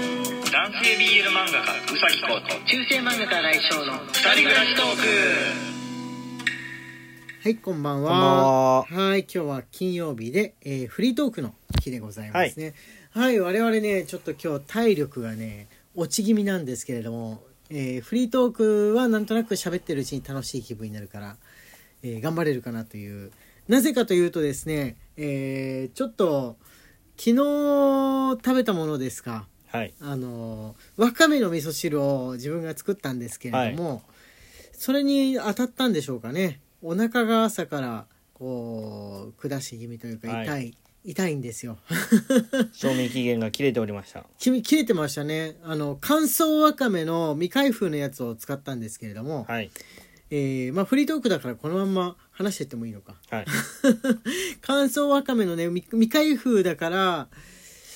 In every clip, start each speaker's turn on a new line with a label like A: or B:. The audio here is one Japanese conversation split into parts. A: 男性 BL 漫画家うさぎこと
B: 中世漫画家来翔の
A: 二人暮らしトーク
B: はいこんばんは
C: こんばんはい
B: 今日は金曜日で、えーフリートークの日でございますねはい、我々ねちょっと今日体力がね落ち気味なんですけれども、えーフリートークはなんとなく喋ってるうちに楽しい気分になるから、えー頑張れるかなというなぜかというとですね、えーちょっと昨日食べたものですか
C: はい。
B: あのわかめの味噌汁を自分が作ったんですけれども、それに当たったんでしょうかねお腹が朝からこう下し気味というか痛い、
C: は
B: 痛いんですよ
C: 賞味期限が切れておりました。
B: 君切れてましたねあの乾燥わかめの未開封のやつを使ったんですけれども、
C: はい。
B: えーまあ、フリートークだからこのまんま話してってもいいのか
C: はい。
B: 乾燥わかめのね未未開封だから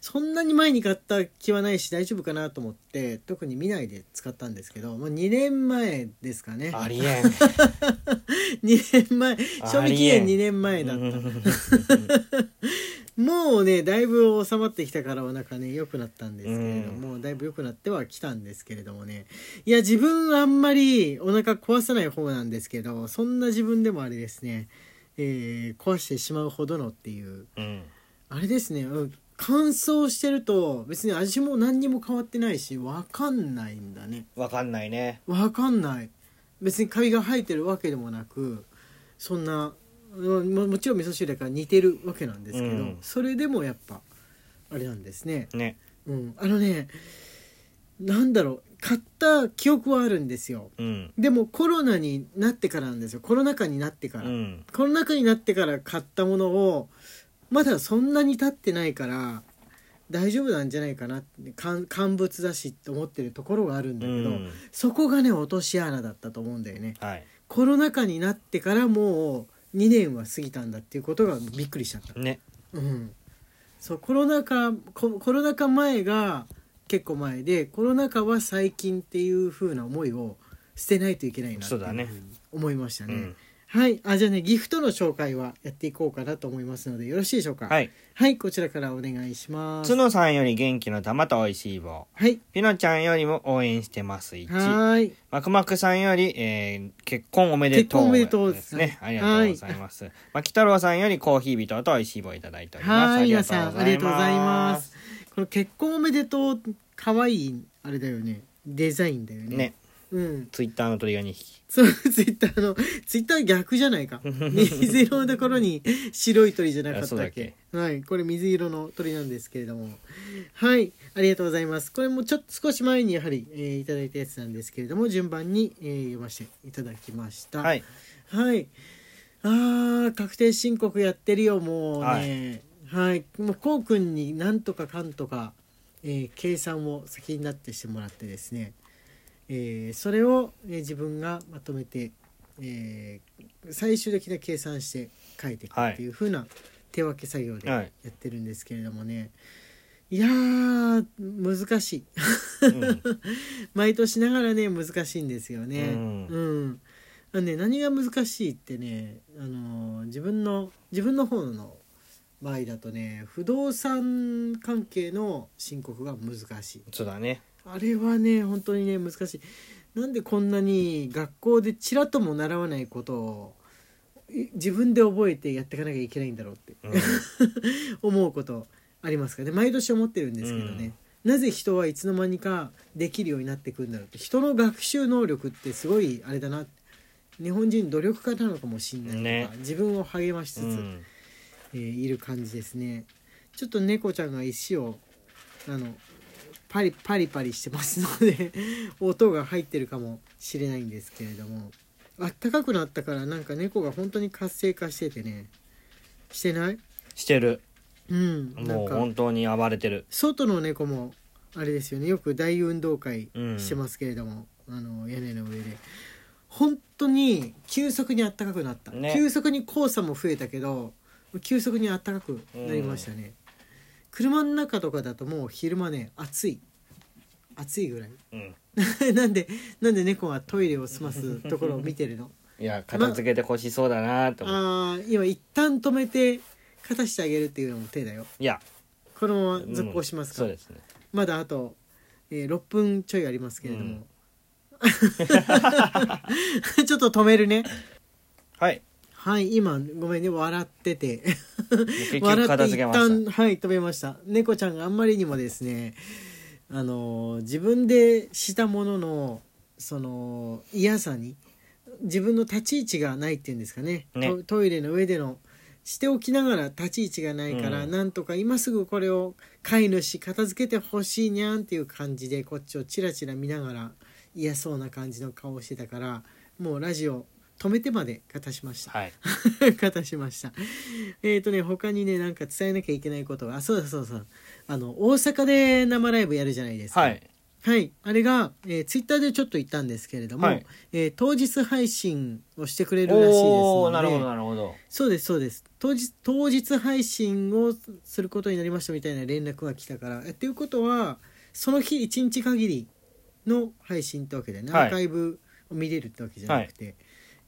B: そんなに前に買った気はないし大丈夫かなと思って特に見ないで使ったんですけどもう2年前ですかね
C: ありえん。
B: 2年前賞味期限2年前だった
C: た。
B: もうねだいぶ収まってきたからお腹ね良くなったんですけれども、だいぶ良くなってはきたんですけれどもねいや自分はあんまりお腹壊さない方なんですけどそんな自分でもあれですね、えー壊してしまうほどのっていう
C: うん。
B: あれですねうん乾燥してると別に味も何にも変わってないし分かんないんだね
C: わかんないね。
B: 分かんない別にカビが生えてるわけでもなくそんなうんももちろん味噌汁だから似てるわけなんですけど、
C: うん
B: それでもやっぱあれなんですね
C: ね。
B: うんあのねなんだろう買った記憶はあるんですよ
C: うん。
B: でもコロナになってからなんですよコロナ禍になってか
C: う
B: ら、
C: ん。
B: コロナ禍になってから買ったものをまだそんなに経ってないから大丈夫なんじゃないかなって乾乾物だしって思ってるところがあるんだ
C: う
B: けど、
C: ん。
B: そこがね落とし穴だったと思うんだよね
C: はい。
B: コロナ禍になってからもう2年は過ぎたんだっていうことがびっくりしちゃった、
C: ね。
B: うん、そうコロナ禍ココロナ禍前が結構前でコロナ禍は最近っていう風な思いを捨てないといけないなってい
C: そうだね
B: ふに思いました
C: う
B: ね。
C: ん。
B: はい、あじゃあねギフトの紹介はやっていこうかなと思いますのでよろしいでしょうか、
C: はいい。
B: こちらからお願いします
C: 角さんより元気の玉と美味しい棒。
B: はい
C: ピノちゃんよりも応援してます。
B: は
C: 1。
B: ーい
C: マクマクさんより、えー結婚おめでとう。
B: 結婚おめでとうで
C: ですすね。ありがとうござい ます。マキ太郎さんよりコーヒー人と美味しい棒いただいております。
B: はーい皆
C: ありがとう
B: さ
C: ございます
B: んありがとうございます。この結婚おめでとう可愛いあれだよねデザインだよね
C: ね。
B: うん
C: ツイッターの鳥が2匹。
B: そうツイッターのツイッター逆じゃ ないか水色のところに白い鳥じゃなかっ
C: あそ
B: た
C: う
B: っ
C: だ
B: け
C: っけ
B: はいこれ水色の鳥なんですけれどもはいありがとうございますこれもちょっと少し前にやはり、えーいただいたやつなんですけれども順番に、えー読ませていただきました
C: はい。
B: はい。あー確定申告やってるよもうね。はい。もうこうくんになんとかかんとか、えー計算を先になってしてもらってですね。えーそれを、えー自分がまとめて、えー最終的な計算して書いていくっていう風な手分け作業で
C: は
B: や
C: い
B: ってるんですけれどもね。いやー難しい。
C: うん
B: 毎年ながらね難しいんですよね。
C: うん
B: うんあのね何が難しいってね、あのー自分の自分の方の場合だとね不動産関係の申告が難しい。
C: そうだね。
B: あれはね本当にね難しい。なんでこんなに学校でちらとも習わないことをい自分で覚えてやっていかなきゃいけないんだろうって
C: うん
B: 思うことありますかね毎年思ってるんですけどね、なぜ人はいつの間にかできるようになってくるんだろうって人の学習能力ってすごいあれだな日本人努力家なのかもしれないとか、
C: ね
B: 自分を励 ましつつ、
C: うん
B: えーいる感じですねちょっと猫ちゃんが石をあのパリパリパリしてますので 音が入ってるかもしれないんですけれどもあったかくなったからなんか猫が本当に活性化しててねしてない
C: してる。
B: うん、な
C: も
B: ん
C: う
B: か
C: 本当に暴れてる。
B: 外の猫もあれですよねよく大運動会
C: うん
B: してますけれども、あの屋根の上で本当に急速に暖かくなった、
C: ね
B: 急速に黄砂も増えたけど急速に暖かくなりましたね、車の中とかだともう昼間ね暑い暑いぐらい
C: うん。
B: なんでなんで猫はトイレを済ますところを見てるの
C: いや、片付けてほしそうだなと思
B: あ
C: って。
B: あー今一旦止めて勝たしてあげるっていうのも手だよ
C: いや、
B: このまま
C: うん
B: 続行しますか
C: そうですね。
B: まだあとえー、6分ちょいありますけれども、
C: うん
B: ちょっと止めるね
C: はい
B: はい今ごめんね笑ってて
C: 結
B: 笑
C: 局
B: って
C: 片
B: 一
C: 付けまし
B: 旦はい止めました猫ちゃんがあんまりにもですねあのー自分でしたもののその嫌さに自分の立ち位置がないっていうんですかね
C: ね
B: トトイレの上でのしておきながら立ち位置がないから、
C: うん
B: なんとか今すぐこれを飼い主片付けてほしいにゃんっていう感じでこっちをチラチラ見ながら嫌そうな感じの顔をしてたからもうラジオ止めてまで片しました
C: た。はい
B: 方しましたえっ、とね他にねなんか伝えなきゃいけないことがあそうだそうだそうだあの大阪で生ライブやるじゃないですか
C: はい
B: はいあれが、えー、ツイッターでちょっと言ったんですけれども、
C: はい
B: えー当日配信をしてくれるらしいです
C: おおーな
B: の
C: るほ
B: で
C: どなるほど
B: そうですそうです当日当日配信をすることになりましたみたいな連絡が来たからえっていうことはその日一日限りの配信ってわけでね、
C: はい
B: アーカイブを見れるってわけじゃなくて、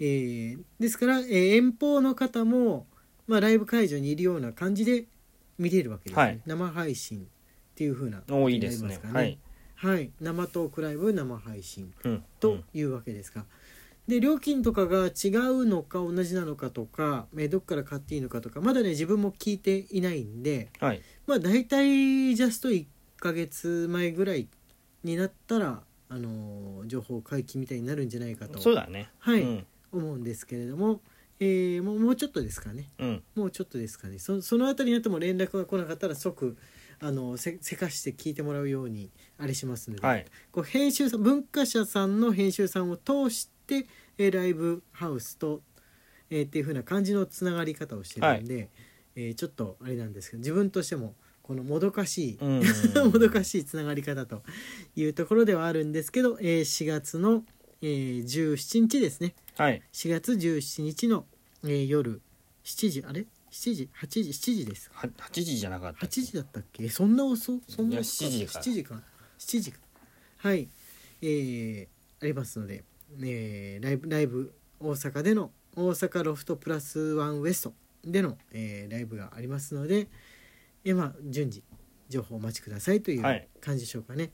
B: えーですから、えー遠方の方も、まあ、ライブ会場にいるような感じで見れるわけですね、
C: はい
B: 生配信っていう風な
C: おおいいですね
B: ことに
C: は
B: なり
C: い、
B: ますからねはい、生トークライブ生配信
C: うん、う
B: と
C: ん
B: いうわけですか。で料金とかが違うのか同じなのかとか、えーどっから買っていいのかとかまだね自分も聞いていないんで
C: はい
B: まあ大体ジャスト1ヶ月前ぐらいになったら、あのー情報解禁みたいになるんじゃないかと
C: そうだね
B: はい
C: うん
B: 思うんですけれども、えーもうもうちょっとですかね
C: うん
B: もうちょっとですかねそその辺りになっても連絡が来なかったら即あのせせかして聞いてもらうようにあれしますので、
C: はい
B: こう編集さん文化社さんの編集さんを通して、えーライブハウスと、えーっていう風な感じのつながり方をしてるんで、えーちょっとあれなんですけど自分としてもこのもどかしい、
C: うん
B: もどかしいつながり方というところではあるんですけど、えー4月の、えー17日ですね
C: はい
B: 4月17日の、えー夜7時あれ7時8時7時です
C: は8時じゃなかった
B: 8時だったっけそんな遅そん
C: い
B: な
C: や
B: 遅
C: 7時から
B: 7時か7時かはいえー、ありますので、えーライブライブ大阪での大阪ロフトプラスワンウエストでの、えーライブがありますので、えーまあ、順次情報お待ちくださいとい
C: はいう
B: 感じでしょうかね、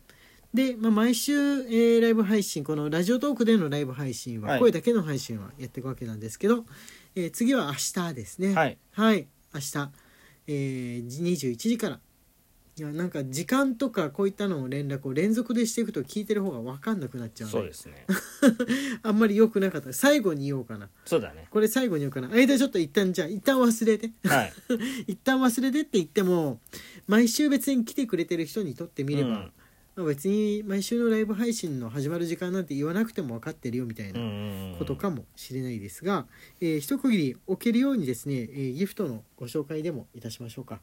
B: で、まあ、毎週、えーライブ配信このラジオトークでのライブ配信は、
C: はい
B: 声だけの配信はやっていくわけなんですけど、えー次は明日ですね
C: はい
B: はい、明日、えー、21時からいやなんか時間とかこういったのを連絡を連続でしていくと聞いてる方が分かんなくなっちゃう,、
C: そうですね
B: あんまり良くなかった最後に言おうかな
C: そうだね
B: これ最後に言おうかな間ちょっと一旦じゃあ一旦忘れて
C: はい
B: 一旦忘れてって言っても毎週別に来てくれてる人にとってみれば、
C: うん
B: まあ別に毎週のライブ配信の始まる時間なんて言わなくても分かってるよみたいな、
C: うんうんうん
B: ことかもしれないですが、えー一区切り置けるようにですね、えーギフトのご紹介でもいたしましょうか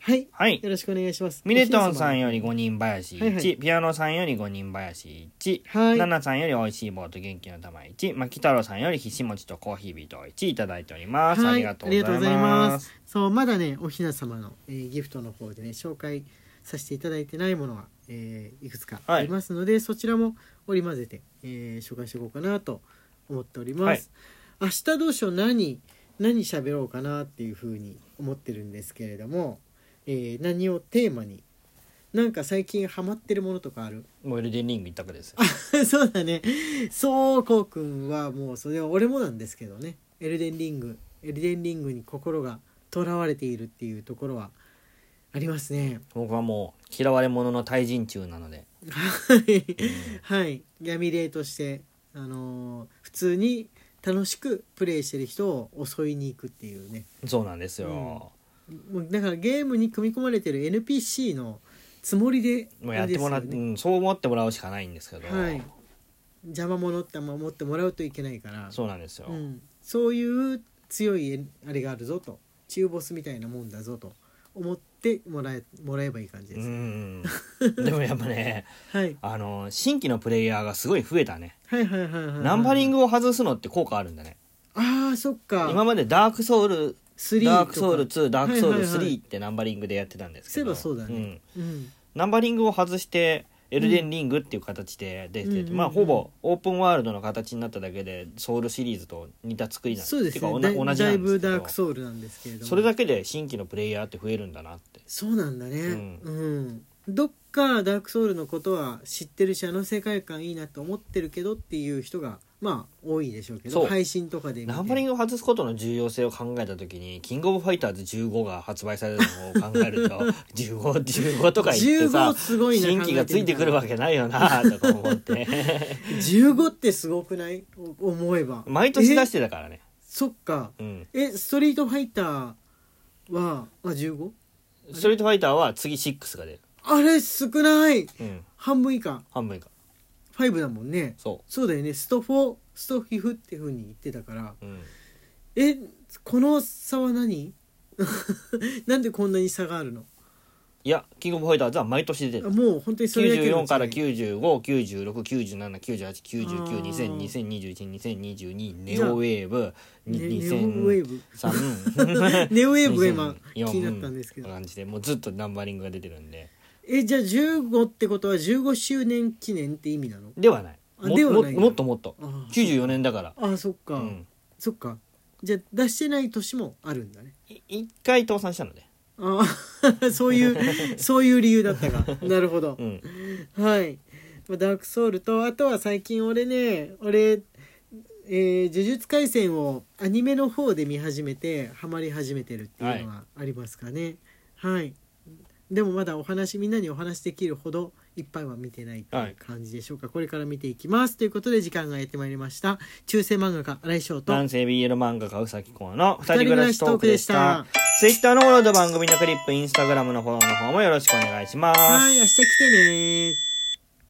B: はい
C: はい
B: よろしくお願いします
C: ミネトンさん
B: よ
C: より5人林1、
B: はいはい
C: ピアノさんより5人林1、
B: はい
C: ナナさんよりおいしい棒と元気の玉1、マキ太郎さんよりひしもちとコーヒービート1いただいております。
B: はい
C: ありがとうございます。
B: そうまだねおひな様の、えーギフトの方でね紹介させていただいてないものが、えーいくつかありますので、そちらも織り交ぜて、えー紹介していこうかなと思っております、明日どうしよう何何喋ろうかなっていうふうに思ってるんですけれども、えー何をテーマになんか最近ハマってるものとかある
C: もうエルデンリング一択です。
B: そうだねそうこうくんはもうそれは俺もなんですけどねエルデンリングエルデンリングに心がとらわれているっていうところはありますね
C: 僕はもう嫌われ者の対人中なので。
B: はいはい闇霊として、あのー普通に楽しくプレイしてる人を襲いに行くっていうね
C: そうなんですよ。
B: もうだからゲームに組み込まれてる NPC のつもりで
C: もうやってもら
B: あ
C: っ
B: れ
C: て、
B: ですよ
C: うんそう思ってもらうしかないんですけど。
B: ねはい、邪魔者って思ってもらうといけないから
C: そうなんですよ。
B: うん、そういう強いあれがあるぞと中ボスみたいなもんだぞと思ってもらえもらえばいい感じ
C: う
B: です、
C: ん。でもやっぱね、
B: はい、
C: あの、新規のプレイヤーがすごい増えたね。
B: はいはいはいはいはい
C: ナンバリン
B: グ
C: グを外すのって効果あるんだね。
B: ああそっか
C: 今までダークソウル
B: 3
C: ダークソウル
B: とか
C: 2ダークソウル
B: はいはいはい
C: 3ってナンバリングでやってたんですけど
B: そういえばそうだね
C: ん
B: うん
C: ナンバリングを外してエルデンリングっていう形で出てて、
B: うん
C: まあ
B: うん
C: ほぼオープンワールドの形になっただけでソウルシリーズと似た作りなん
B: そうで
C: て
B: す
C: かお
B: ね
C: な
B: だ
C: 同
B: い
C: じな
B: だい
C: んで
B: ぶ
C: すけ
B: ダー
C: ど
B: クソウルなんですけれども
C: それだけで新規のプレイヤーって増えるんだなって
B: そうなんだねう
C: うんん、
B: どっかダークソウルのことは知ってるしあの世界観いいなと思ってるけどっていう人がまあ多いでしょうけ
C: そ
B: ど
C: う
B: 配信とかで見て
C: ナンバリングを外すことの重要性を考えた時に「キングオブファイターズ15」が発売されるのを考えると1515とか言ってさ
B: 15すごいな
C: 新規がついてくるわけないよなとか思って
B: 15ってすごくないお思えば
C: 毎年出しててたからね、
B: そっか
C: うん、
B: えストリートファイターはあ 15?
C: ストリートファイターは次6が出る、
B: あれ少ない
C: うん、
B: 半分以下
C: 半分以下
B: 5だもんね
C: そ
B: そうだよねスト4ストフィフっていうふうに言ってたから
C: う、うん、
B: えこの差は何 なんでこんなに差があるの
C: いやキングオブファイターズは毎年出て
B: あ
C: る
B: もう本当にそれだけの違い
C: 94から959697989920212022ネオウェーブ
B: ねネオウェー
C: 2003
B: ブ
C: 3
B: ネオウェーブが
C: 2004
B: 今気になったんですけど
C: う感じでもうずっとナンバリングが出てるんで
B: えじゃあ15ってことは15周年記念って意味なの
C: ではない
B: あ
C: も
B: では
C: も
B: ない
C: もっともっと
B: ああ
C: 94年だから、
B: あそっか、
C: うん、
B: そっかじゃあ出してない年もあるんだね
C: い一回倒産したので、
B: ああ そういうそういう理由だ ったかなるほど
C: う、ん、
B: はいまあダークソウルとあとは最近俺ね俺えー呪術廻戦をアニメの方で見始めてハマり始めてるっていうのはありますかねはい、でもまだお話みんなにお話できるほどいっぱいは見てないっていう感じでしょうか、これから見ていきますということで時間がやってまいりました中世漫画家新井翔と
C: 男性 BL 漫画家うさきこうの
B: 人
C: 二人
B: 暮
C: 暮
B: ら
C: ら
B: し
C: し
B: ト
C: ト
B: ー
C: ー
B: ク
C: ク
B: で
C: で
B: し
C: したた Twitter のフォローと番組のクリップインスタグラムのフォローの方もよろしくお願いします
B: はい明日来てね